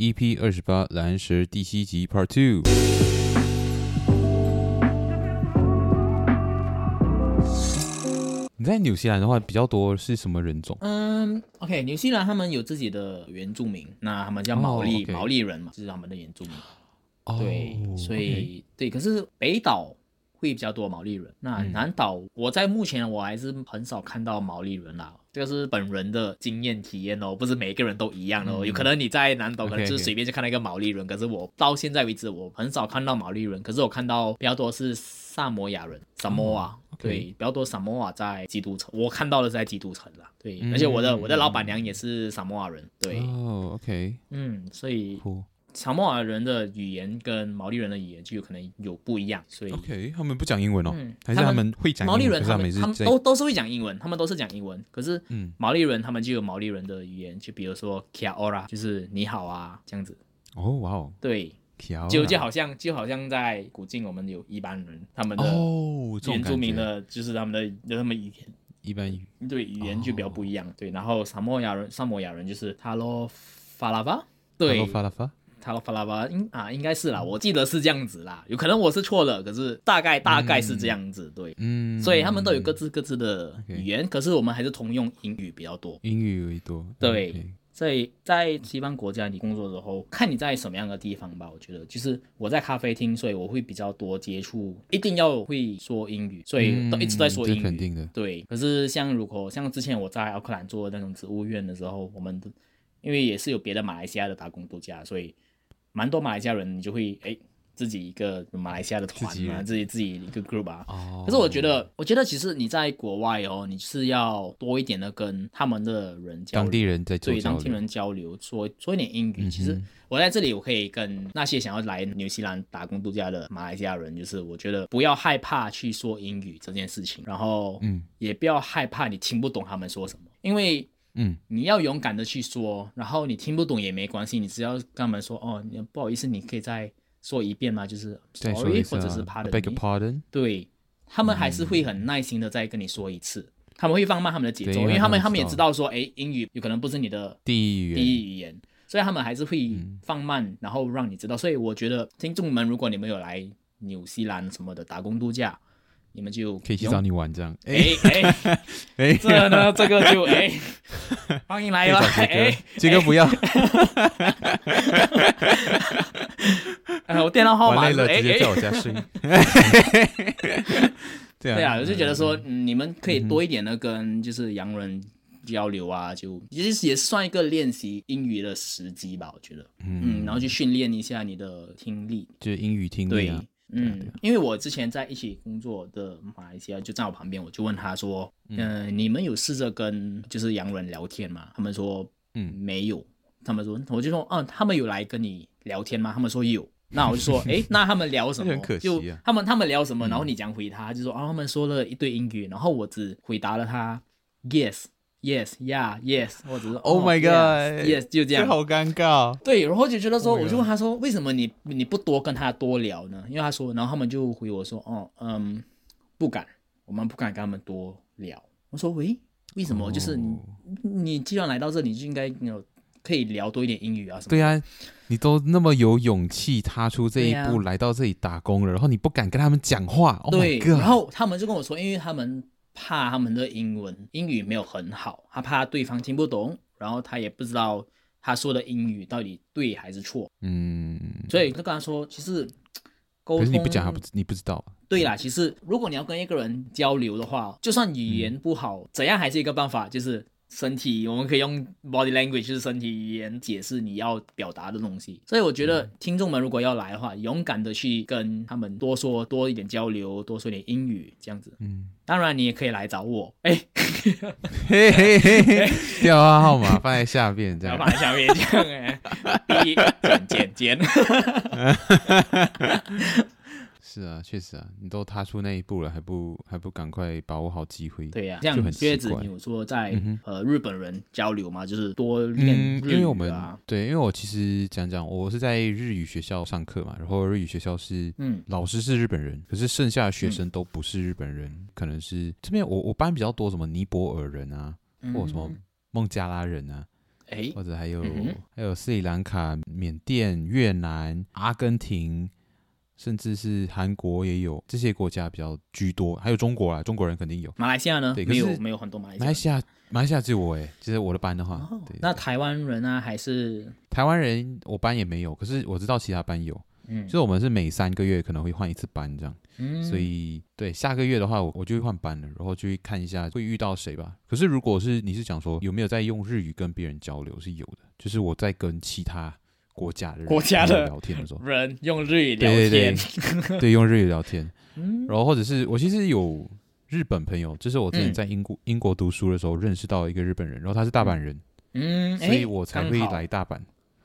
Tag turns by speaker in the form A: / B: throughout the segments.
A: EP E 二十八蓝蛇第七集 Part Two。你在纽西兰的话，比较多是什么人种？
B: 嗯，OK，纽西兰他们有自己的原住民，那他们叫毛利、
A: 哦，OK
B: 毛利人嘛，就是他们的原住民。哦对，
A: 哦
B: 所以对，可是北岛会比较多毛利人，那
A: 嗯
B: 南岛、我在目前我还是很少看到毛利人啦。这个是本人的经验体验哦，不是每一个人都一样的哦。
A: 嗯
B: 有可能你在南岛可能
A: OK，OK
B: 就是随便就看到一个毛利人，可是我到现在为止我很少看到毛利人，可是我看到比较多是萨摩亚人，萨摩亚。
A: 嗯 OK
B: 对，比较多萨摩亚在基督城，我看到的是在基督城啦。对，
A: 嗯
B: 而且我的我的老板娘也是萨摩亚人。对，
A: 哦，OK，
B: 嗯，所以
A: 酷
B: 萨摩亚人的语言跟毛利人的语言就有可能有不一样，所以
A: ，OK，他们不讲英文哦，
B: 嗯
A: 还是
B: 他
A: 他
B: 们
A: 们会讲英
B: 毛
A: 文？
B: 利人
A: 可是
B: 他
A: 们
B: 们
A: 是
B: 他们
A: 在
B: 都都是会讲英文，他们都是讲英文，可是
A: 嗯
B: 毛利人他们就有毛利人的语言，就比如说 kia ora，就是你好啊这样子，
A: 哦，哇哦，
B: 对，
A: 乔
B: 就
A: 啊
B: 就好像就好像在古晋我们有一般人他们的
A: 哦，这种
B: 原住民
A: 感觉
B: 的，就是他们的他们语言
A: 一般语
B: 对语言就比较不一样，对，然
A: 哦
B: 后萨摩亚人萨摩亚人就是 talo falava，对
A: Hello，发啦发，
B: 塔罗法拉巴应啊，应该是
A: 嗯
B: 啦，我记得是这样子啦，有可能我是错了，可是大概大概是这样子，对，
A: 嗯，
B: 所以他们都有各自各自的
A: OK
B: 语言，可是我们还是通用英语比较多。
A: 英语为多，
B: 对
A: OK，
B: 所以在西方国家你工作的时候，看你在什么样的地方吧。我觉得就是我在咖啡厅，所以我会比较多接触，一定要会说英语，所以都一直在说
A: 嗯这
B: 英语。
A: 肯定的
B: 对，可是像如果像之前我在奥克兰做那种植物园的时候，我们都因为也是有别的马来西亚的打工度假，所以蛮多马来西亚人，你就会哎自己一个马来西亚的团
A: 自己
B: 嘛，
A: 人
B: 自己自己一个 group 啊，
A: 哦。
B: 可是我觉得，我觉得其实你在国外哦，你是要多一点的跟他们的人交流，
A: 当地人在做
B: 对
A: 交
B: 当地
A: 流，
B: 人交流，说说一点英语。
A: 嗯哼
B: 其实我在这里，我可以跟那些想要来纽西兰打工度假的马来西亚人，就是我觉得不要害怕去说英语这件事情，然后
A: 嗯
B: 也不要害怕你听不懂他们说什么，因为
A: 嗯，
B: 你要勇敢的去说，然后你听不懂也没关系，你只要跟他们说哦，你不好意思，你可以再说一遍吗？就是
A: 再说
B: sorry
A: 一次
B: 或
A: 啊
B: 者是 pardon
A: ，beg your
B: me
A: pardon，
B: 对他们还是会很耐心的再跟你说一次，他们会放慢他们的节
A: 对
B: 奏，
A: 因
B: 因
A: 为
B: 为
A: 他
B: 他们
A: 们
B: 他们也
A: 知
B: 知
A: 道
B: 道说，哎，英语有可能不是你的
A: 第一语
B: 第
A: 言，
B: 一语言，所以他们还是会
A: 嗯
B: 放慢，然后让你知道。所以我觉得听众们，如果你们有来纽西兰什么的打工度假，你们就
A: 可以去
B: 勇
A: 找。你玩这样，哎
B: 哎哎，
A: 哎，
B: 这呢，这个就哎，欢迎来
A: 可以
B: 吧，
A: 找杰
B: 哎
A: 哥，，杰哥不要，
B: 呃我电话号码
A: 玩累
B: 是
A: 了
B: 哎
A: 直接
B: 哎
A: 在我家 睡。对啊，
B: 对啊，我就觉得说，嗯你们可以多一点的跟就是洋人交流啊，就其实也算一个练习英语的时机吧，我觉得，嗯，然后去训练一下你的听力，
A: 就是英语听力
B: 对
A: 啊，，对
B: 嗯
A: 啊，
B: 因为我之前在一起工作的马来西亚就站我旁边，我就问他说，嗯，你们有试着跟就是洋人聊天吗？他们说，
A: 嗯
B: 没有。他们说，我就说，嗯，他们有来跟你聊天吗？他们说有。那我就 说，诶，那他们聊什么？
A: 那 很可惜
B: 就
A: 啊
B: 他们他们聊什么？然后你讲回他，就说啊，他们说了一堆英语，然后我只回答了他 yes yes yeah yes，或者是
A: Oh my
B: yes,
A: god
B: yes 就这样，
A: 好尴尬。
B: 对，然后就觉得说，
A: Oh my
B: 我就问他说，为什么你你不多跟他多聊呢？因为他说，然后他们就回我说，哦，嗯，不敢，我们不敢跟他们多聊。我说，喂，为什么？
A: 哦
B: 就是你你既然来到这里，就应该有可以聊多一点英语啊什么。
A: 对啊，你都那么有勇气踏出这一
B: 对啊
A: 步，来到这里打工了，然后你不敢跟他们讲话。Oh
B: 对
A: my，
B: 然
A: god！
B: 后他们就跟我说，因为他们怕他们的英文英语没有很好，他怕对方听不懂，然后他也不知道他说的英语到底对还是错，
A: 嗯，
B: 所以就跟他说，其实沟
A: 可
B: 通
A: 是你不讲，还不知你不知道。
B: 对啦，
A: 嗯
B: 其实如果你要跟一个人交流的话，就算语言不好，怎样还是一个办法，就是身体，我们可以用 body language 就是身体语言解释你要表达的东西。所以我
A: 嗯
B: 觉得听众们如果要来的话，勇敢的去跟他们多说多一点交流，多说一点英语这样子。
A: 嗯，
B: 当然你也可以来找我，哎，
A: 嘿嘿嘿 嘿，电话号码放在下面这
B: 不
A: 样
B: 要。放在下面 这样哎，第一简简简，
A: 是啊，确实啊，你都踏出那一步了，还不还不赶快把握好机会？
B: 对呀、
A: 就
B: 像
A: 很奇
B: 靴子
A: 怪
B: 你有说在、
A: 嗯
B: 呃日本人交流嘛，就是多练
A: 嗯，
B: 日语、啊
A: 因为我们对，因为我其实讲讲，我是在日语学校上课嘛，然后日语学校是
B: 嗯
A: 老师是日本人，可是剩下的学生都不是日本人，可能是这边我我班比较多什么尼泊尔人啊，或者什么
B: 嗯
A: 孟加拉人啊，
B: 哎
A: 或者还有、
B: 嗯哼
A: 还有斯里兰卡、缅甸、越南、阿根廷，甚至是韩国也有这些国家比较居多，还有中国啊，中国人肯定有。
B: 马来西亚呢
A: 对可
B: 没有
A: 是
B: 没有很多马来西
A: 马来
B: 亚人。
A: 西亚，马来西亚只有我哎、就是我的班的话，
B: 哦
A: 对，
B: 那台湾人啊，还是
A: 台湾人我班也没有，可是我知道其他班有，
B: 嗯
A: 就，是我们是每三个月可能会换一次班这样，
B: 嗯
A: 所以对下个月的话我我就会换班了，然后就会看一下会遇到谁吧。可是如果是你是讲说有没有在用日语跟别人交流，是有的，就是我在跟其他国家的人
B: 国家的，
A: 朋友聊天的时候
B: 人用日语聊
A: 对对
B: 天，
A: 对，对用日语聊天，
B: 嗯
A: 然后或者是我其实有日本朋友，就是我之前
B: 嗯
A: 在英国、英国读书的时候认识到一个日本人，然后他是大阪人，
B: 嗯，
A: 所以
B: 诶
A: 我才
B: 刚
A: 会
B: 好
A: 来大阪。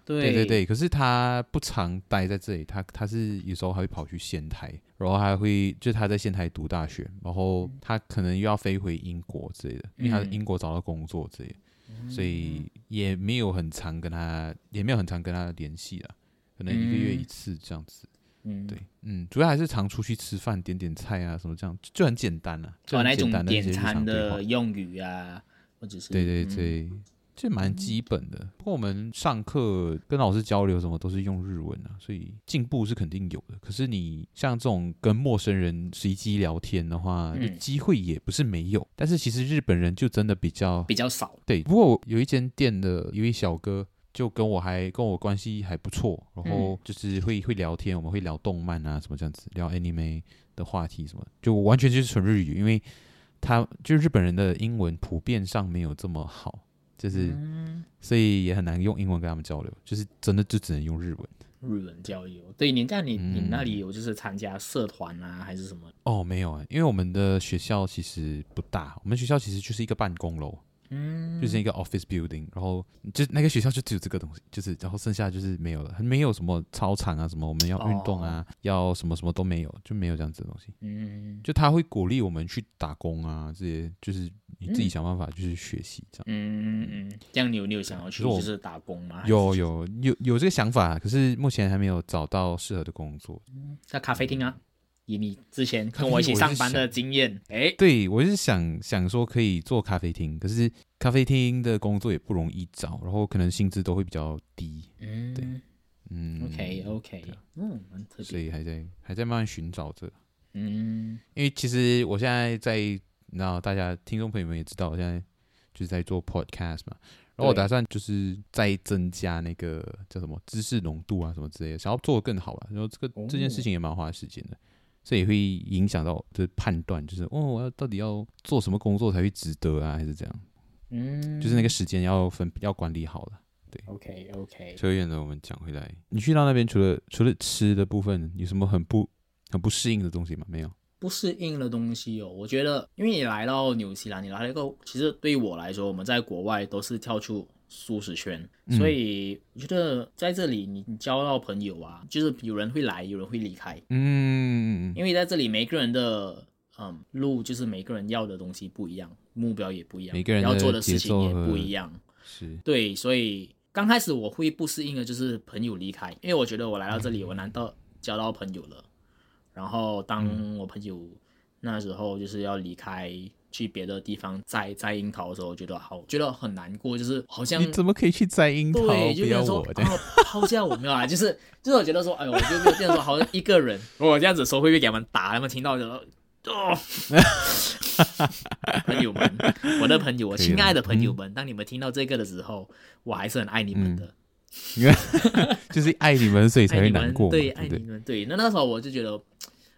B: 对
A: 对对，对，可是他不常待在这里，他他是有时候还会跑去仙台，然后还会就他在仙台读大学，然后他可能又要飞回英国之类的，因为他在
B: 嗯
A: 英国找到工作之类的，所以也没有很常跟他，也没有很常跟他联系了，可能一个月
B: 嗯
A: 一次这样子。
B: 嗯，
A: 对，嗯，主要还是常出去吃饭，点点菜啊什么这样，就就很简单啊，就
B: 就
A: 很
B: 哦那
A: 简
B: 种
A: 单一些
B: 点
A: 日
B: 餐
A: 常对话
B: 的。用语啊，或者是
A: 对对
B: 嗯
A: 对，这蛮基本的。不过我们上课跟老师交流什么都是用日文啊，所以进步是肯定有的。可是你像这种跟陌生人随机聊天的话，就
B: 嗯
A: 机会也不是没有。但是其实日本人就真的比较
B: 比较少，
A: 对。不过我有一间店的有一位小哥。就跟我还跟我关系还不错，然后就是会会聊天，我们会聊动漫啊什么这样子，聊 anime 的话题什么，就完全就是纯日语，因为他就日本人的英文普遍上没有这么好，就是、
B: 嗯，
A: 所以也很难用英文跟他们交流，就是真的就只能用日文。
B: 日文交流。对，你这样你你
A: 嗯
B: 那里有就是参加社团啊，还是什么？
A: 哦，没有啊，因为我们的学校其实不大，我们学校其实就是一个办公楼，
B: 嗯，
A: 就是一个 office building，然后就那个学校就只有这个东西，就是然后剩下就是没有了，没有什么操场啊什么，我们要运动啊，
B: 哦
A: 要什么什么都没有，就没有这样子的东西。
B: 嗯
A: 就他会鼓励我们去打工啊，这些就是你自己
B: 嗯
A: 想办法，就是学习这样。
B: 嗯嗯，这样你有你有想要去
A: 可是我
B: 就是打工吗？啊还是
A: 有有有有这个想法，啊可是目前还没有找到适合的工作。
B: 在咖啡厅啊，以你之前
A: 咖啡
B: 跟我一起
A: 厅我
B: 上
A: 是
B: 班的
A: 想
B: 经验，哎，
A: 对我是想想说可以做咖啡厅，可是咖啡厅的工作也不容易找，然后可能薪资都会比较低。
B: 嗯，
A: 对嗯
B: OK OK，嗯，蛮特
A: 所
B: 别，
A: 以还在还在慢慢寻找着。
B: 嗯
A: 因为其实我现在在，你知道大家听众朋友们也知道，我现在就是在做 podcast 嘛，然后我
B: 对
A: 打算就是再增加那个叫什么知识浓度啊什么之类的，想要做的更好啊。然后这个
B: 哦
A: 这件事情也蛮花时间的，这也会影响到就是判断，就是哦我要到底要做什么工作才会值得啊，还是这样，
B: 嗯，
A: 就是那个时间要分要管理好了。
B: OK OK，
A: 扯远了，我们讲回来，你去到那边除了除了吃的部分，有什么很不很不适应的东西吗？没有。
B: 不适应的东西哦，我觉得，因为你来到纽西兰，你来了一个，其实对于我来说，我们在国外都是跳出舒适圈，
A: 嗯
B: 所以我觉得在这里你你交到朋友啊，就是有人会来，有人会离开，
A: 嗯，
B: 因为在这里每个人的嗯路就是每个人要的东西不一样，目标也不一样，
A: 每个人的
B: 要做的事
A: 节
B: 情
A: 奏
B: 也
A: 和
B: 不一样，
A: 是。
B: 对，所以刚开始我会不适应的就是朋友离开，因为我觉得我来到这里，我难道交到朋友了？然后当我朋友那时候就是要离开去别的地方摘摘樱桃的时候，我觉得好，觉得很难过，就是好像
A: 你怎么可以去摘樱桃？
B: 对，就
A: 不
B: 变
A: 要
B: 成说
A: 我这样。
B: 啊抛下我没有啦，啊 就是就是我觉得说，哎呦，我就变成说好像一个 人，如果我这样子说会不会给他们打？他们听到就说哦， 朋友们，我的朋友，我
A: 可以
B: 亲
A: 啦
B: 爱的朋友们，当你们听到这个的时候，我还是很爱你
A: 嗯
B: 们的，
A: 就是爱你们，所以才
B: 爱
A: 会
B: 你
A: 难
B: 们，
A: 过嘛，
B: 对，
A: 不
B: 爱
A: 对
B: 你？们，对。那那时候我就觉得，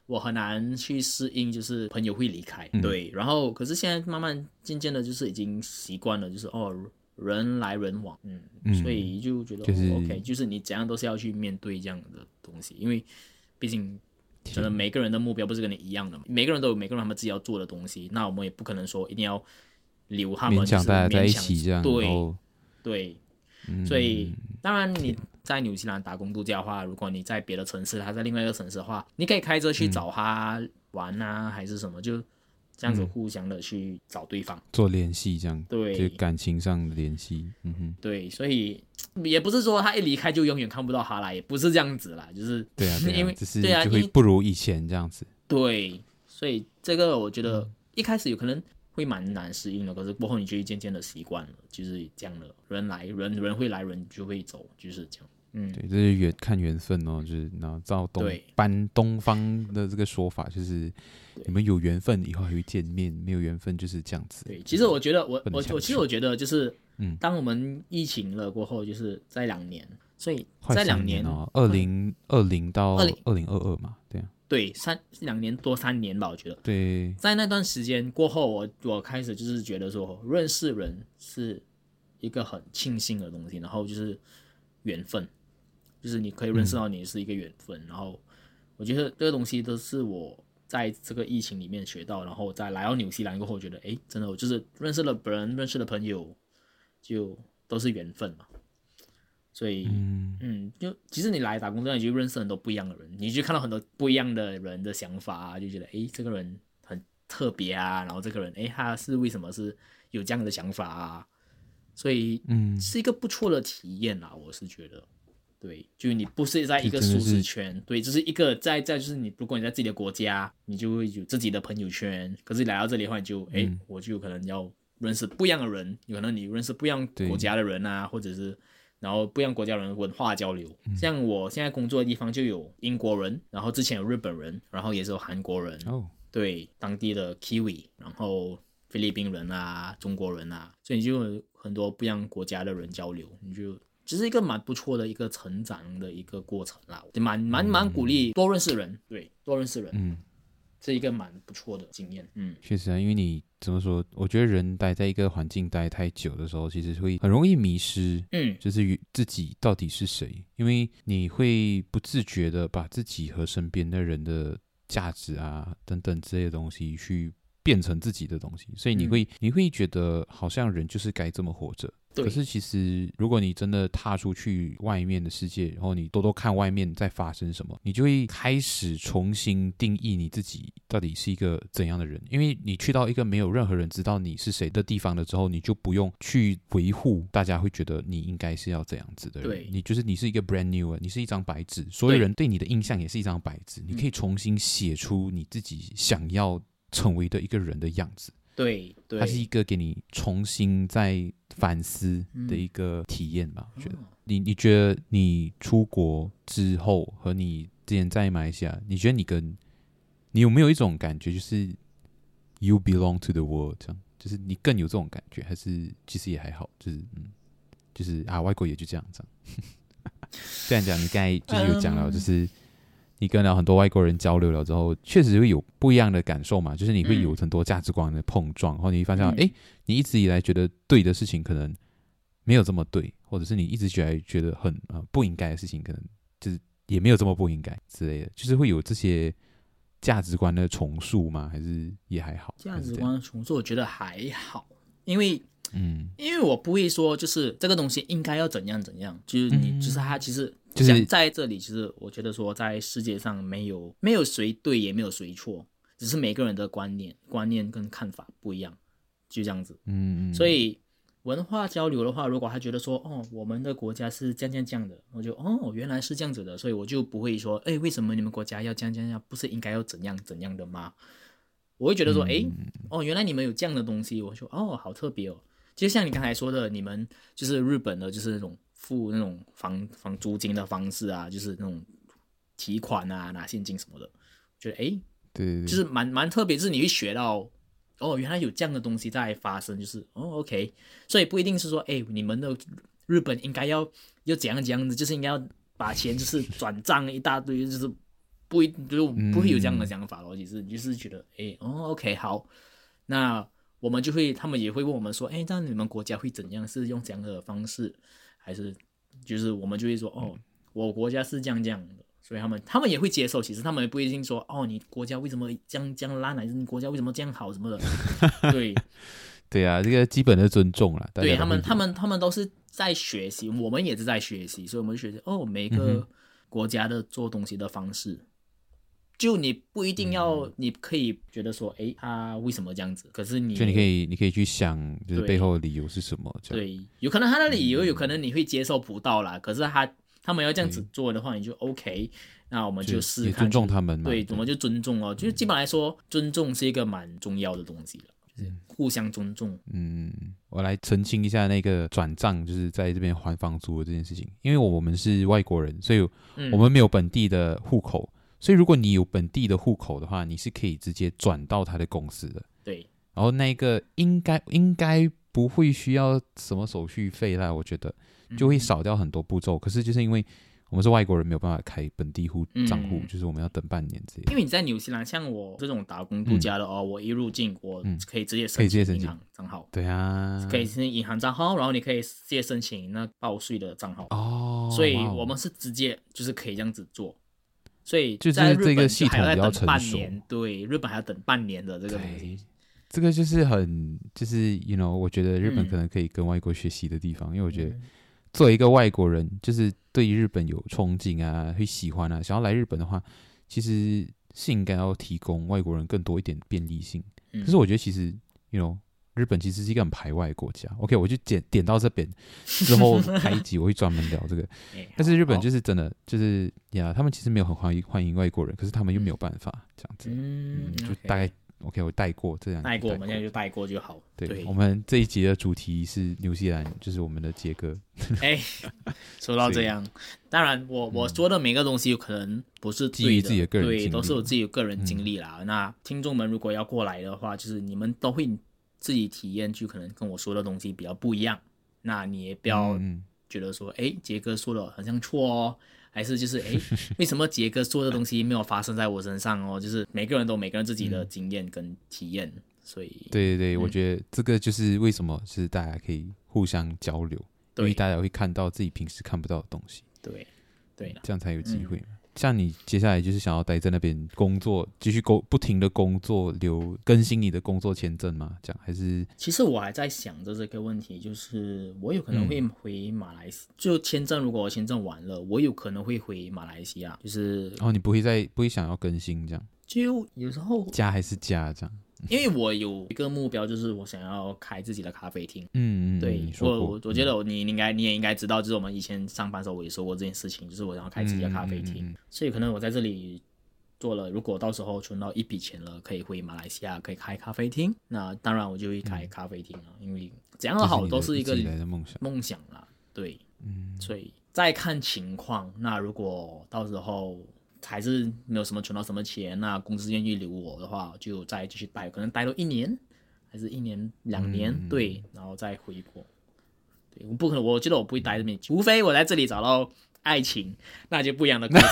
B: 我很难去适应，就是朋友会离开，
A: 嗯
B: 对。然后可是现在慢慢渐渐的，就是已经习惯了，就是哦，人来人往，嗯，
A: 嗯
B: 所以就觉得、
A: 就是
B: 哦、OK，就是你怎样都是要去面对这样的东西，因为毕竟真的每个人的目标不是跟你一样的嘛，每个人都有每个人他们自己要做的东西，那我们也不可能说一定要留他
A: 勉
B: 们，
A: 强
B: 就是
A: 大家在一
B: 勉强
A: 起这样，
B: 对
A: 然后嗯
B: 对，所以当然你在纽西兰打工度假的话，如果你在别的城市，他在另外一个城市的话，你可以开车
A: 嗯
B: 去找他玩啊，还是什么，就这样子互相的去找对方。
A: 做联系这样，嗯就
B: 对
A: 感情上的联系，嗯哼，
B: 对，所以也不是说他一离开就永远看不到他啦，也不是这样子啦，就是
A: 对 啊，对啊
B: 因为
A: 只是
B: 对啊
A: 就会
B: 因
A: 不如以前这样子，
B: 对，所以这个我
A: 嗯
B: 觉得一开始有可能会蛮难适应的，可是过后你就会渐渐的习惯了，就是这样的，人来人人会来，人就会走，就是这样。嗯，
A: 对，这是缘看缘分哦，就是然后照东
B: 对
A: 搬东方的这个说法，就是你们有缘分以后还会见面，没有缘分就是这样子。
B: 对，其实我觉得我
A: 不能
B: 我
A: 强
B: 我其实我觉得就是，
A: 嗯
B: 当我们疫情了过后，就是在两年，所以
A: 快
B: 在
A: 三
B: 两
A: 年哦，二零二零到
B: 20
A: 二零二二嘛，对啊，
B: 对三两年多三年吧，我觉得
A: 对，
B: 在那段时间过后，我我开始就是觉得说，哦认识人是一个很庆幸的东西，然后就是缘分，就是你可以认识到你是一个缘分，然后我觉得这个东西都是我在这个疫情里面学到，然后在来到纽西兰过后，觉得诶，真的我就是认识了别人，认识了朋友，就都是缘分嘛，所以。
A: 嗯，
B: 嗯，就其实你来打工这样，你就认识很多不一样的人，你就看到很多不一样的人的想法啊，就觉得诶，这个人很特别啊，然后这个人诶，他是为什么是有这样的想法啊？所以
A: 嗯
B: 是一个不错的体验啦，我是觉得。对，就你不是在一个
A: 这真的
B: 舒
A: 是
B: 适圈，对，就是一个在在就是你，如果你在自己的国家，你就会有自己的朋友圈。可是你来到这里的话，你就诶，
A: 嗯
B: 我就有可能要认识不一样的人，有可能你认识不一样
A: 对
B: 国家的人啊，或者是然后不一样国家人文化交流。
A: 嗯
B: 像我现在工作的地方就有英国人，然后之前有日本人，然后也是有韩国人，
A: 哦，
B: 对当地的 Kiwi，然后菲律宾人啊、中国人啊，所以你就有很多不一样国家的人交流，你就只是一个蛮不错的一个成长的一个过程啦，蛮蛮蛮鼓励多认识人，对，多认识人
A: 嗯，
B: 是一个蛮不错的经验，嗯，
A: 确实啊，因为你怎么说，我觉得人待在一个环境待太久的时候，其实会很容易迷失，
B: 嗯，
A: 就是与自己到底是谁，因为你会不自觉的把自己和身边的人的价值啊等等之类的东西去变成自己的东西，所以你
B: 嗯
A: 会、你会觉得好像人就是该这么活着。
B: 对
A: 可是其实，如果你真的踏出去外面的世界，然后你多多看外面在发生什么，你就会开始重新定义你自己到底是一个怎样的人。因为你去到一个没有任何人知道你是谁的地方了之后，你就不用去维护大家会觉得你应该是要这样子的人。
B: 对
A: 你就是你是一个 brand new 啊，你是一张白纸，所有
B: 对
A: 人对你的印象也是一张白纸，你可以重新写出你自己想要成为的一个人的样子。
B: 对对，
A: 它是一个给你重新再反思的一个体验
B: 嗯
A: 吧。我觉得，你你觉得你出国之后和你之前在马来西亚，你觉得你跟你有没有一种感觉，就是 you belong to the world 这样，就是你更有这种感觉，还是其实也还好，就是嗯，就是啊，外国也就这样这样。 这样讲，你刚才就是有讲了，
B: 嗯
A: 就是你跟了很多外国人交流了之后，确实会有不一样的感受嘛，就是你会有
B: 嗯
A: 很多价值观的碰撞，然后你会发现，
B: 嗯
A: 哎、你一直以来觉得对的事情可能没有这么对，或者是你一直觉得觉得很呃不应该的事情，可能就是也没有这么不应该之类的，就是会有这些价值观的重塑吗？还是也还好？
B: 价
A: 还是
B: 值
A: 这样，
B: 观重塑，我觉得还好，因为
A: 嗯，
B: 因为我不会说就是这个东西应该要怎样怎样，就是你、
A: 嗯
B: 就是他其实
A: 就是
B: 讲在这里，其实我觉得说在世界上没有没有谁对也没有谁错，只是每个人的观念观念跟看法不一样，就这样子。
A: 嗯嗯，
B: 所以文化交流的话，如果他觉得说，哦，我们的国家是这样这样这样的，我就哦，原来是这样子的，所以我就不会说，哎，为什么你们国家要这样这样这样，不是应该要怎样怎样的吗？我会觉得说，哎、
A: 嗯
B: 哦，原来你们有这样的东西，我说哦，好特别哦。就像你刚才说的，你们就是日本的，就是那种付那种房房租金的方式啊，就是那种提款啊、拿现金什么的，觉得哎，诶
A: 对对对，
B: 就是蛮蛮特别，就是你会学到哦，原来有这样的东西在发生，就是哦，OK，所以不一定是说，哎，你们的日本应该要要怎样怎样子，就是应该要把钱就是转账一大堆，就是不一就不会有这样的想法咯。其实你就是觉得，哎，哦，OK，好，那我们就会，他们也会问我们说，哎，那你们国家会怎样？是用怎样的方式，还是就是我们就会说，哦，我国家是这样这样的。所以他们他们也会接受，其实他们也不一定说哦，你国家为什么这样这样烂，还是你国家为什么这样好什么的，对，
A: 对啊，这个基本的尊重啦。大家
B: 对
A: 都
B: 他
A: 会
B: 们，
A: 有
B: 他们他们都是在学习，我们也是在学习，所以我们就觉得哦，每
A: 嗯
B: 个国家的做东西的方式，就你不一定要，
A: 嗯
B: 你可以觉得说，诶，他为什么这样子？可是你
A: 就你可以，你可以去想，就是
B: 对
A: 背后的理由是什么。这样，
B: 对，有可能他的理
A: 嗯
B: 由，有可能你会接受不到啦。可是他他们要这样子做的话，你就 OK，那我们就试
A: 也
B: 试看
A: 尊重他们嘛。嗯
B: 对，我们就尊重哦。就是基本来说，尊重是一个蛮重要的东西了，就是互相尊重。
A: 嗯，我来澄清一下那个转账，就是在这边还房租的这件事情，因为我们是外国人，所以
B: 嗯
A: 我们没有本地的户口，所以如果你有本地的户口的话，你是可以直接转到他的公司的。
B: 对，
A: 然后那个应该应该不会需要什么手续费啦，我觉得
B: 嗯
A: 就会少掉很多步骤。可是就是因为我们是外国人，没有办法开本地户账户，
B: 嗯
A: 就是我们要等半年之类
B: 因
A: 的。
B: 为你在纽西兰，像我这种打工度假的哦，我一入境我
A: 嗯
B: 可以直接
A: 可以直
B: 申
A: 接
B: 请
A: 申
B: 银
A: 请
B: 行账号，
A: 对啊，
B: 可以申请银行账号，然后你可以直接申请那报税的账号，
A: 哦，
B: 所以
A: 哇哦
B: 我们是直接就是可以这样子做。所以
A: 就
B: 在
A: 就是
B: 日
A: 这
B: 本
A: 个系
B: 还要
A: 统
B: 再
A: 比较
B: 等
A: 成
B: 半
A: 熟
B: 年，对，日本还要等半年的这个东
A: 对
B: 西。，
A: 这个就是很就是 you know，我觉得日本
B: 嗯
A: 可能可以跟外国学习的地方，因为我觉得
B: 嗯
A: 作为一个外国人，就是对日本有憧憬啊，会喜欢啊，想要来日本的话，其实是应该要提供外国人更多一点便利性。
B: 嗯
A: 可是我觉得其实，you know，日本其实是一个很排外的国家。OK，我就点点到这边之后开一集，我会专门聊这个。
B: 哎
A: 但是日本
B: 好
A: 就是真的就是呀，他们其实没有很欢迎欢迎外国人，可是他们又没有办法这样子。
B: 嗯
A: 嗯，，就大概 OK，我带过这两集
B: 带过，我们现在就带过就好。
A: 对，
B: 对
A: 我，们这一集的主题是纽西兰，就是我们的杰哥。
B: 哎，说到
A: 所
B: 这
A: 以
B: 样，当然我我说的每个东西有可能不是
A: 基
B: 对
A: 嗯于自己的个人
B: 对，
A: 经
B: 都是
A: 历嗯
B: 我自己个人经历啦。那听众们如果要过来的话，就是你们都会自己体验，就可能跟我说的东西比较不一样。那你也不要
A: 嗯，
B: 觉得说，哎、杰哥说的好像错哦，还是就是 哎，为什么杰哥说的东西没有发生在我身上哦？就是每个人都有每个人自己
A: 嗯
B: 的经验跟体验，所以
A: 对对对，我
B: 嗯
A: 觉得这个就是为什么是大家可以互相交流，因为
B: 对
A: 大家会看到自己平时看不到的东西，
B: 对对啦，
A: 这样才有机
B: 嗯
A: 会嘛。像你接下来就是想要待在那边工作，继续工不停的工作，留更新你的工作签证吗？这样还是
B: 其实我还在想着这个问题，就是我有可能
A: 嗯
B: 会回马来西就签证，如果我签证完了，我有可能会回马来西亚。就是
A: 然后哦你不会再不会想要更新这样，
B: 就有时候，
A: 加还是加这样？
B: 因为我有一个目标，就是我想要开自己的咖啡厅。
A: 嗯嗯，嗯
B: 对
A: 你说
B: 我，我
A: 过嗯
B: 我觉得你应该你也应该知道，就是我们以前上班的时候我也说过这件事情，就是我想要开自己的咖啡厅，
A: 嗯嗯嗯
B: 所以可能我在这里做了，如果到时候存到一笔钱了，可以回马来西亚可以开咖啡厅，那当然我就会开咖啡厅了，因为怎
A: 嗯
B: 样
A: 这
B: 好
A: 你
B: 都
A: 的
B: 是一
A: 一
B: 个
A: 直以来的梦想。
B: 梦想啦，对，
A: 嗯，
B: 所以再看情况。那如果到时候还是没有什么存到什么钱，那公司愿意留我的话，就再继续待，可能待到一年，还是一年两年，
A: 嗯
B: 对，然后再回国。对，我不可能，我觉得我不会待这边，除非我在这里找到爱情，那就不一样的故事。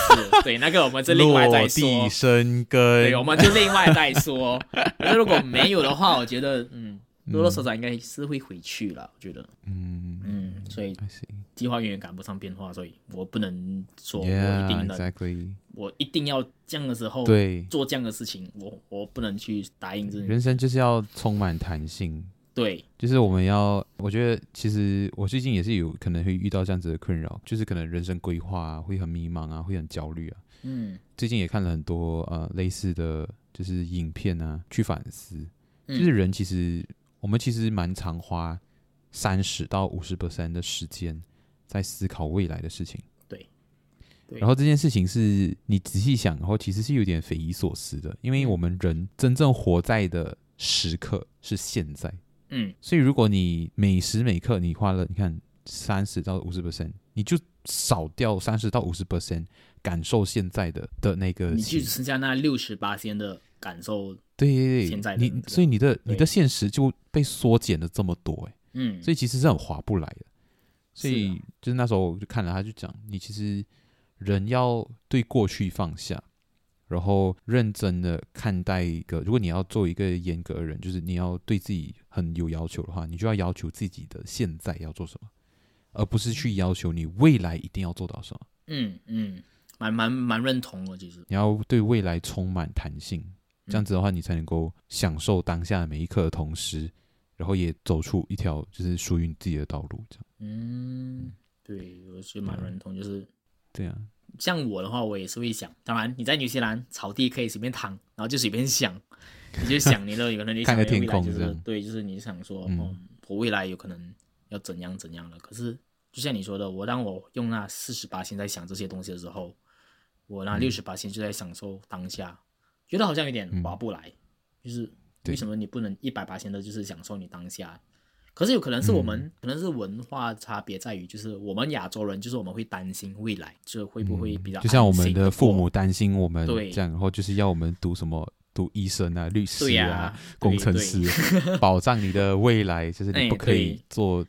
B: 对，那个我们是另外再
A: 落
B: 说。
A: 地生
B: 对，
A: 根
B: 哦我，们就另外再说。那如果没有的话，我觉得，嗯，多多少少应该是会回去了。我觉得，
A: 嗯
B: 嗯，所以
A: ，I see，
B: 计划永远赶不上变化，所以我不能说我一定能，哦
A: ，Yeah，exactly，
B: 我一定要这样的时候
A: 对，
B: 做这样的事情，我我不能去答应这
A: 人生就是要充满弹性，
B: 对，
A: 就是我们要，我觉得其实我最近也是有可能会遇到这样子的困扰，就是可能人生规划、啊、会很迷茫啊，会很焦虑啊。
B: 嗯，
A: 最近也看了很多呃类似的就是影片啊，去反思，就
B: 嗯
A: 是人其实我们其实蛮常花三十到五十 percent 的时间在思考未来的事情。
B: 对对
A: 然后这件事情是你仔细想，然后其实是有点匪夷所思的，因为
B: 嗯
A: 我们人真正活在的时刻是现在。
B: 嗯，
A: 所以如果你每时每刻你花了，你看三十到五十 percent，你就少掉三十到五十 percent 感受现在的的那个
B: 你
A: 情
B: 就剩下那六十八天的感受，
A: 对对对，
B: 现在的
A: 你
B: 那个
A: 所以你的你的
B: 对
A: 现实就被缩减了这么多、欸，
B: 嗯，
A: 所
B: 以
A: 以其实是很划不来的。所
B: 是啊
A: 以就是那时候我就看了，他就讲，你其实人要对过去放下，然后认真的看待一个，如果你要做一个严格的人，就是你要对自己很有要求的话，你就要要求自己的现在要做什么，而不是去要求你未来一定要做到什么。
B: 嗯嗯，蛮蛮蛮认同的，其实
A: 你要对未来充满弹性，
B: 嗯
A: 这样子的话，你才能够享受当下的每一刻的同时，然后也走出一条就是属于你自己的道路。这样
B: 嗯，对，我是蛮认同，就是
A: 对啊，
B: 像我的话，我也是会想，当然你在纽西兰草地可以随便躺，然后就随便想， 你就想你的有可能你
A: 看个
B: 想你的未
A: 天
B: 来
A: 空
B: 就
A: 这
B: 是
A: 样
B: 对，就是你想说，
A: 嗯
B: 嗯，我未来有可能要怎样怎样了。可是就像你说的，我当我用那四十八在想这些东西的时候，
A: 嗯
B: 我那六十八就在享受当下，觉得好像有点划不来，就是为
A: 嗯对
B: 什么你不能一百八的就是享受你当下？可是有可能是我
A: 嗯
B: 们，可能是文化差别在于，就是我们亚洲人，就是我们会担心未来，就是会不会比较、
A: 嗯就像我们的父母，担心我们
B: 对
A: 这样，然后就是要我们读什么。读医生啊，律师
B: 对呀、
A: 啊，工程师， 保障你的未来，就是你
B: 哎
A: 不可以
B: 对
A: 做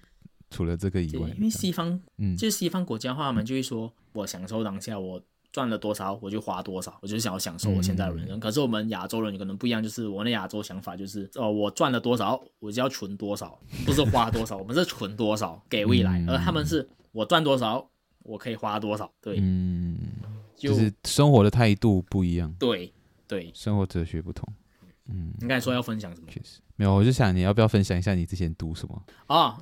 A: 除了这个以
B: 对，
A: 外
B: 对，因为
A: 这样
B: 西方
A: 嗯，
B: 就是西方国家的话，他们就会说我享受当下，我赚了多少我就花多少，我就是想要享受我现在的人
A: 嗯
B: 生。可是我们亚洲人可能不一样，就是我们的亚洲想法就是，哦，我赚了多少我就要存多少，不是花多少，我们是存多少给未来，
A: 嗯
B: 而他们是我赚多少我可以花多少，对，
A: 嗯，
B: 就、
A: 就是生活的态度不一样，
B: 对对。
A: 生活哲学不同，
B: 你刚才说要分享什么？
A: 确实没有。我就想你要不要分享一下你之前读什么？
B: 哦，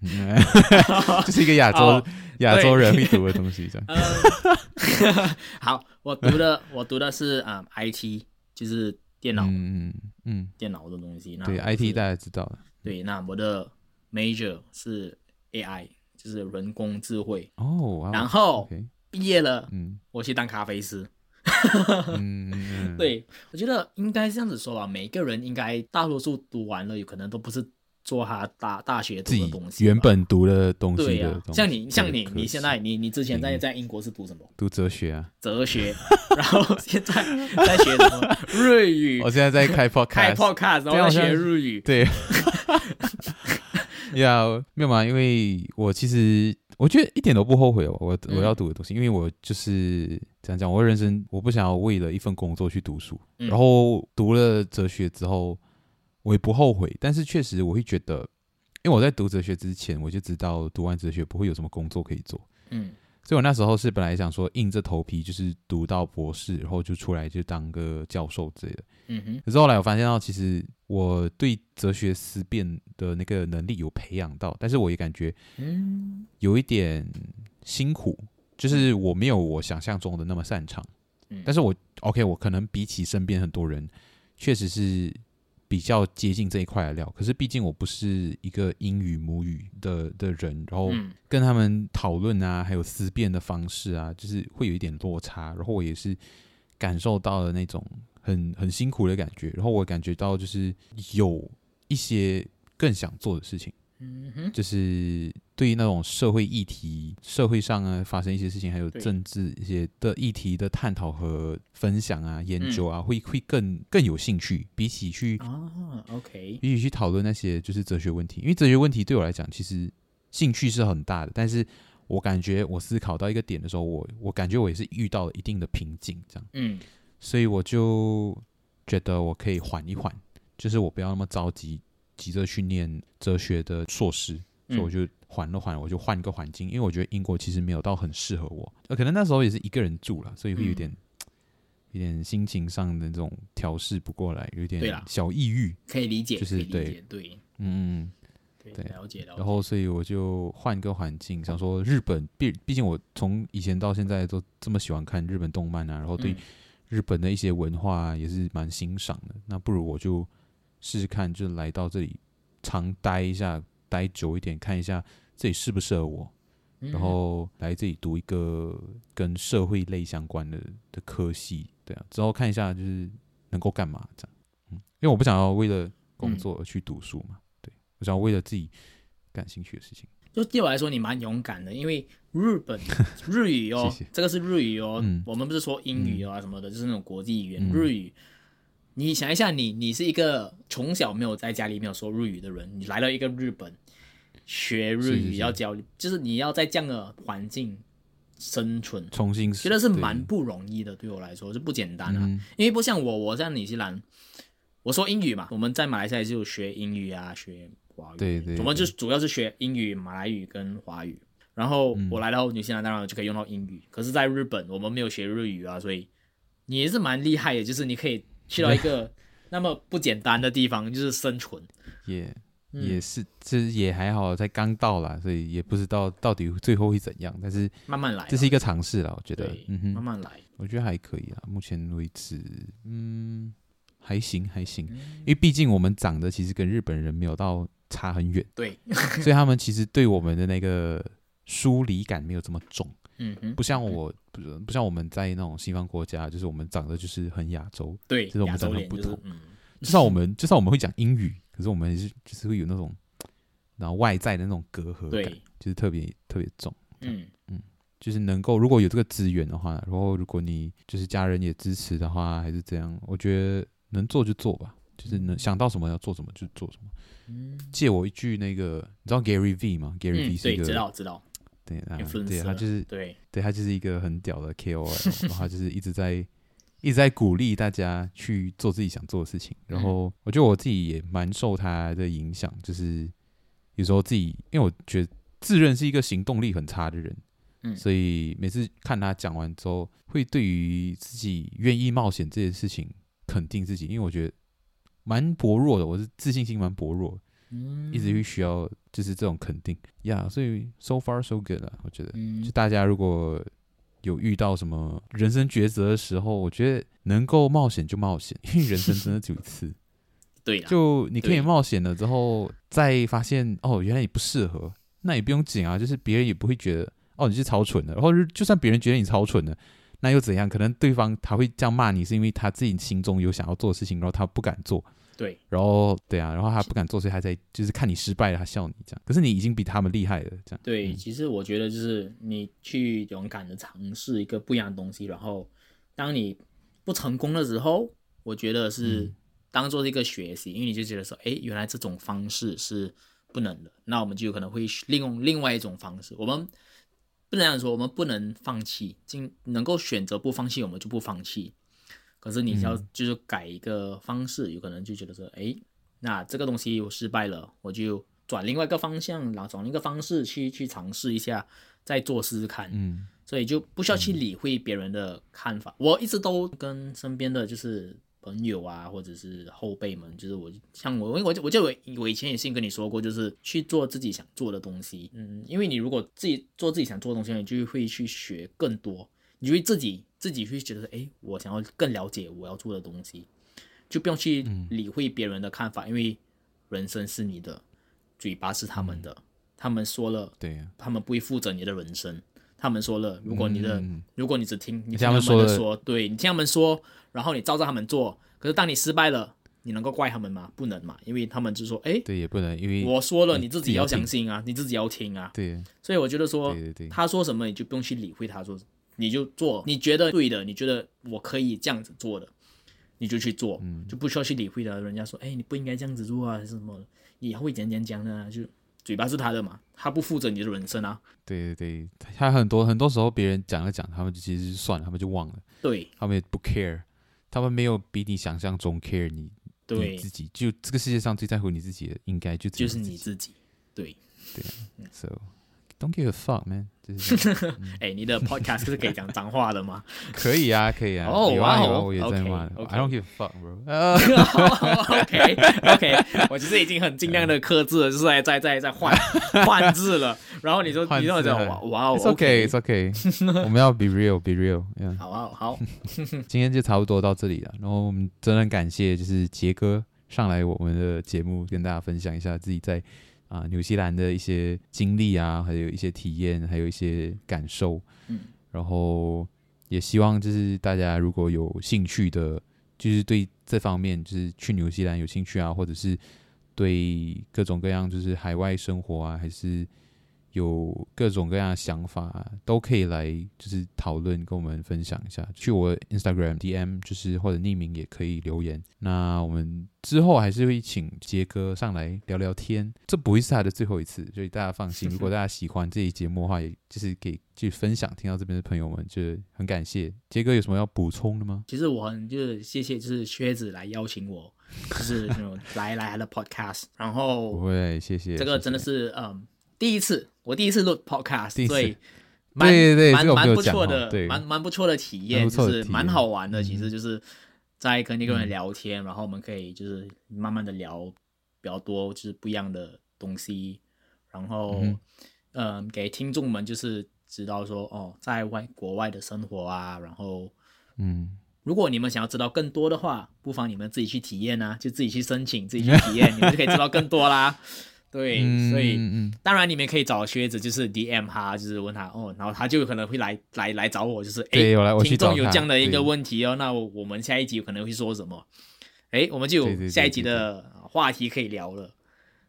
A: 嗯 就是一个亚洲
B: 哦
A: 亚洲
B: 对
A: 人会读的东西，这样。
B: 好，我读的我读的是啊、i t 就是电脑、
A: 嗯嗯嗯，
B: 电脑的东西。那
A: 对
B: 我是
A: ，IT 大家知道了。
B: 对，那我的 major 是 AI，就是人工智慧。
A: 哦，哇哦
B: 然后
A: OK，
B: 毕业了，
A: 嗯
B: 我去当咖啡师。
A: 嗯嗯，
B: 对我觉得应该这样子说吧，每个人应该大多数读完了，有可能都不是做他大大学
A: 自
B: 读的
A: 己
B: 东西吧。
A: 原本读的东
B: 对
A: 西
B: 呀、
A: 的东西，
B: 像你像你
A: 对
B: 你现在你你之前在
A: 领域
B: 在英国是读什么？
A: 读哲学啊，
B: 哲学， 然后现在在学什么？日语
A: 我。现在在哦开 podcast，
B: 开 podcast，然
A: 这
B: 后
A: 样
B: 在
A: 好
B: 学
A: 像
B: 日语。
A: 对， 呀、没有嘛，因为我其实我觉得一点都不后悔哦，我我要读的东西，因为我就是怎样讲，我认真，我不想要为了一份工作去读书，
B: 嗯
A: 然后读了哲学之后，我也不后悔，但是确实我会觉得，因为我在读哲学之前，我就知道读完哲学不会有什么工作可以做，
B: 嗯
A: 所以我那时候是本来想说硬着头皮就是读到博士，然后就出来就当个教授之类的。
B: 嗯哼，
A: 可是后来我发现到，其实我对哲学思辨的那个能力有培养到，但是我也感觉
B: 嗯
A: 有一点辛苦，就是我没有我想象中的那么擅长。
B: 嗯
A: 但是我 OK，我可能比起身边很多人，确实是比较接近这一块的料。可是毕竟我不是一个英语母语的的人，然后
B: 嗯
A: 跟他们讨论啊，还有思辨的方式啊，就是会有一点落差。然后我也是感受到了那种很很辛苦的感觉。然后我感觉到就是有一些更想做的事情，
B: 嗯哼，
A: 就是对于那种社会议题、社会上啊发生一些事情，还有
B: 对
A: 政治一些的议题的探讨和分享啊、研究啊，会会更更有兴趣，比起去
B: 啊，OK，
A: 比起去讨论那些就是哲学问题，因为哲学问题对我来讲，其实兴趣是很大的，但是我感觉我思考到一个点的时候，我我感觉我也是遇到了一定的瓶颈，这样，
B: 嗯
A: 所以我就觉得我可以缓一缓，就是我不要那么着急急着去念哲学的硕士，所以我
B: 嗯
A: 就缓了缓，我就换一个环境，因为我觉得英国其实没有到很适合我，呃，可能那时候也是一个人住了，所以会有
B: 嗯
A: 点。有点心情上的那种调试不过来，有点
B: 对啦
A: 小抑郁，
B: 可以理解，
A: 就是
B: 可以理
A: 对
B: 解，对
A: 嗯嗯嗯，
B: 对
A: 对
B: 了解了解。
A: 然后，所以我就换个环境，想说日本，毕毕竟我从以前到现在都这么喜欢看日本动漫啊，然后对
B: 嗯
A: 日本的一些文化、啊、也是蛮欣赏的。那不如我就试试看，就来到这里常待一下，待久一点，看一下这里适不适合我，
B: 嗯
A: 然后来这里读一个跟社会类相关的的科系，对啊，之后看一下就是能够干嘛这样，嗯，因为我不想要为了工
B: 嗯
A: 作而去读书嘛，对我想要为了自己感兴趣的事情。
B: 就对我来说，你蛮勇敢的，因为日 本日语哦，
A: 谢谢
B: 这个是日语哦，
A: 嗯
B: 我们不是说英语啊什么的，就是那种国际语言、
A: 嗯
B: 日语。你想一下你，你是一个从小没有在家里没有说日语的人，你来到一个日本学日
A: 是
B: 语
A: 是
B: 要教，就是你要在这样的环境生存，
A: 重新
B: 觉得是
A: 对嗯
B: 蛮不容易的，对我来说是不简单啊。因为不像我，我在新西兰，我说英语嘛，我们在马来西亚就学英语啊，学华语，
A: 对对
B: 我们就主要是学英语、马来语跟华语。然后我来到新西兰，当然就可以用到英语。可是，在日本，我们没有学日语啊，所以你也是蛮厉害的，就是你可以去到一个那么不简单的地方，就是生存。
A: 也也是，这也还好，才刚到啦，所以也不知
B: 嗯
A: 道到底最后会怎样。但是
B: 慢慢来啊，
A: 这是一个尝试啦，我觉得
B: 对，，
A: 嗯
B: 慢
A: 哼，
B: 慢来。
A: 我觉得还可以啊，目前为止，嗯，还行还行，
B: 嗯
A: 因为毕竟我们长得其实跟日本人没有到差很 远，
B: 对，嗯
A: 所以他们其实对我们的那个疏离感没有这么重，
B: 嗯哼，
A: 不像我，不是不像我们在那种西方国家，就是我们长得就是很亚洲，
B: 对，
A: 这是我们
B: 亚洲
A: 长得
B: 脸
A: 不
B: 就是
A: 同
B: 嗯，
A: 至少我们至少我们会讲英语，可是我们还是就是会有那种，然后外在的那种隔阂感，
B: 对，
A: 就是特别特别重。
B: 嗯，
A: 就是能够如果有这个资源的话，然后如果你就是家人也支持的话，还是这样，我觉得能做就做吧，就是
B: 嗯
A: 能想到什么要做什么就做什么。借我一句那个，你知道 Gary V 吗？Gary
B: 嗯
A: V 是一
B: 对，
A: 个、
B: 知道知道
A: 对啊，对
B: ，influencer，
A: 他就是
B: 对，
A: 对他就是一个很屌的 KOL，然后他就是一直在一直在鼓励大家去做自己想做的事情。
B: 嗯
A: 然后我觉得我自己也蛮受他的影响，就是有时候自己，因为我觉得自认是一个行动力很差的人，
B: 嗯
A: 所以每次看他讲完之后，会对于自己愿意冒险这件事情肯定自己，因为我觉得蛮薄弱的，我是自信心蛮薄弱的，
B: 嗯
A: 一直会需要就是这种肯定呀。Yeah, 所以 so far so good 啊，我觉得。
B: 嗯
A: 就，大家如果有遇到什么人生抉择的时候，我觉得能够冒险就冒险，因为人生真的只有一 次。
B: 对啦，
A: 就你可以
B: 对
A: 冒险了之后，再发现哦，原来你不适合，那也不用紧啊，就是别人也不会觉得哦你是超蠢的，然后就就算别人觉得你超蠢的，那又怎样？可能对方他会这样骂你，是因为他自己心中有想要做的事情，然后他不敢做，
B: 对，
A: 然后对啊，然后他不敢做，所以他在就是看你失败了，他笑你这样。可是你已经比他们厉害了，这样。
B: 对，
A: 嗯
B: 其实我觉得就是你去勇敢的尝试一个不一样的东西，然后当你不成功的时候，我觉得是当做是一个学习，因为你就觉得说，哎，原来这种方式是不能的，那我们就有可能会利用另外一种方式。我们不能这样说，我们不能放弃，尽能够选择不放弃，我们就不放弃。可是你要就是改一个方式，有可能就觉得说，哎，那这个东西我失败了，我就转另外一个方向，然后转另一个方式去去尝试一下，再做试试看。
A: 嗯。
B: 所以就不需要去理会别人的看法。我一直都跟身边的就是朋友啊，或者是后辈们，就是我像我，我我我记得我我以前也是跟你说过，就是去做自己想做的东西。嗯，因为你如果自己做自己想做的东西，你就会去学更多，你就会自己自己去觉得，诶，我想要更了解我要做的东西，就不用去理会别人的看法，因为人生是你的，嘴巴是他们的，他们说了。
A: 对啊，
B: 他们不会负责你的人生。他们说了，如果你的，
A: 嗯
B: 如果你只听你
A: 而且
B: 听
A: 他们
B: 们
A: 说
B: 的
A: 了
B: 说，对你听他们说，然后你照着他们做，可是当你失败了，你能够怪他们吗？不能嘛，因为他们就说，哎，
A: 对，也不能因为
B: 我说了，
A: 你
B: 你自
A: 自己
B: 己
A: 要
B: 要相信啊，你自己要听啊。
A: 对
B: 所以我觉得说，
A: 对对对
B: 他说什么你就不用去理会他说，你就做你觉得对的，你觉得我可以这样子做的，你就去做，
A: 嗯
B: 就不需要去理会的。人家说，哎，你不应该这样子做啊，还是什么的，以后会怎样怎样讲的、啊，就嘴巴是他的嘛，他不负责你的人生啊。
A: 对对对，他很多很多时候别人讲了讲，他们就其实就算了，他们就忘了，
B: 对
A: 他们也不 care，他们没有比你想象中 care 你你
B: 对，
A: 自己，就这个世界上最在乎你自己的，应该就只
B: 就
A: 有
B: 是你
A: 自
B: 自己。对，
A: 己，so don't give a fuck man，就是 这样
B: 哎，你的 podcast 是可以讲脏话 的吗？
A: 可以啊，可以啊，
B: 哦
A: 有啊
B: 哇
A: 有啊，
B: 哦
A: 我也在骂
B: OK，OK
A: ，I don't give a fuck bro，呃
B: OK OK，我 其实已经很尽
A: 嗯
B: 量的克制了，就是在在在在换换字了。然后你说
A: 换
B: 你让我
A: 字
B: 讲
A: 了
B: 哇哇哦
A: 呃，it's okay，it's okay，我们要 be real，be real，yeah。
B: 好啊好，
A: 今天就差不多到这里了。然后我们真的很感谢就是杰哥上来我们的节目，跟大家分享一下自己在啊、纽西兰的一些经历啊，还有一些体验，还有一些感受。
B: 嗯，
A: 然后也希望就是大家如果有兴趣的，就是对这方面就是去纽西兰有兴趣啊，或者是对各种各样就是海外生活啊，还是有各种各样的想法，啊都可以来就是讨论，跟我们分享一下。去我 Instagram DM 就是或者匿名也可以留言。那我们之后还是会请杰哥上来聊聊天，这不会是他的最后一次，所以大家放心。如果大家喜欢这一节目的话，也就是给去分享。听到这边的朋友们，就很感谢杰哥。有什么要补充的吗？
B: 其实我很就是谢谢就是靴子来邀请我，就是 那种来来他的 podcast，然
A: 不
B: 后
A: 会，谢谢。
B: 哦这个真的
A: 是
B: 是嗯第一次，我第一次录 podcast，
A: 第一次
B: 所以蛮
A: 对对对，
B: 蛮
A: 这个我没
B: 蛮
A: 有
B: 不
A: 讲
B: 错
A: 哦
B: 的，
A: 对，
B: 蛮蛮不错的体
A: 蛮
B: 验，
A: 不错
B: 就
A: 的
B: 是
A: 体
B: 蛮
A: 验
B: 好玩的。
A: 嗯
B: 其实就是在跟一个人聊天，然后我们可以就是慢慢的聊比较多，就是不一样的东西，然后
A: 嗯
B: 嗯、给听众们就是知道说哦，在外国外的生活啊，然后
A: 嗯，
B: 如果你们想要知道更多的话，不妨你们自己去体验啊，就自己去申请，自己去体验，你们就可以知道更多啦。 对，
A: 嗯
B: 所以
A: 嗯嗯
B: 当然，你们可以找靴子，就是 DM 他，就是问他哦，然后他就有可能会来来来找我，就是
A: 对
B: 诶
A: 我来我去
B: 听众
A: 找
B: 有
A: 他
B: 这样的一
A: 对
B: 个问题哦，那我我们下一集有可能会说什么？哎，我们就
A: 对对
B: 有
A: 对
B: 下一集
A: 对对
B: 的话题可以聊了。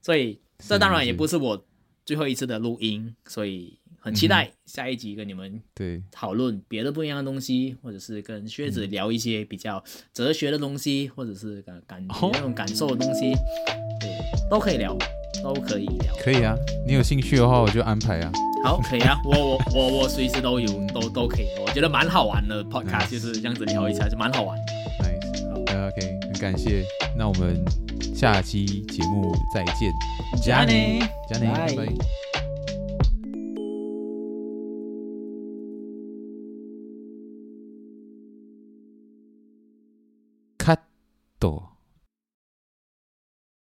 B: 所以这
A: 是
B: 当然
A: 是
B: 也不是我最后一次的录音，所以很期
A: 嗯
B: 待下一集跟你们
A: 对，
B: 讨论别的不一样的东西，或者是跟靴子聊一些比较哲学的东西，或者是感感
A: 哦
B: 那种感受的东西，对，都可以聊，都可以聊。
A: 可以啊。你有兴趣的话，我就安排啊。
B: 好，可以啊，我我我我随时都有，都都可以，我觉得蛮好玩的 podcast，就是这样子聊一下，就蛮好玩的。
A: Nice，呃 OK，很感谢。那我们下期节目再见，加你，加你，拜拜。カット。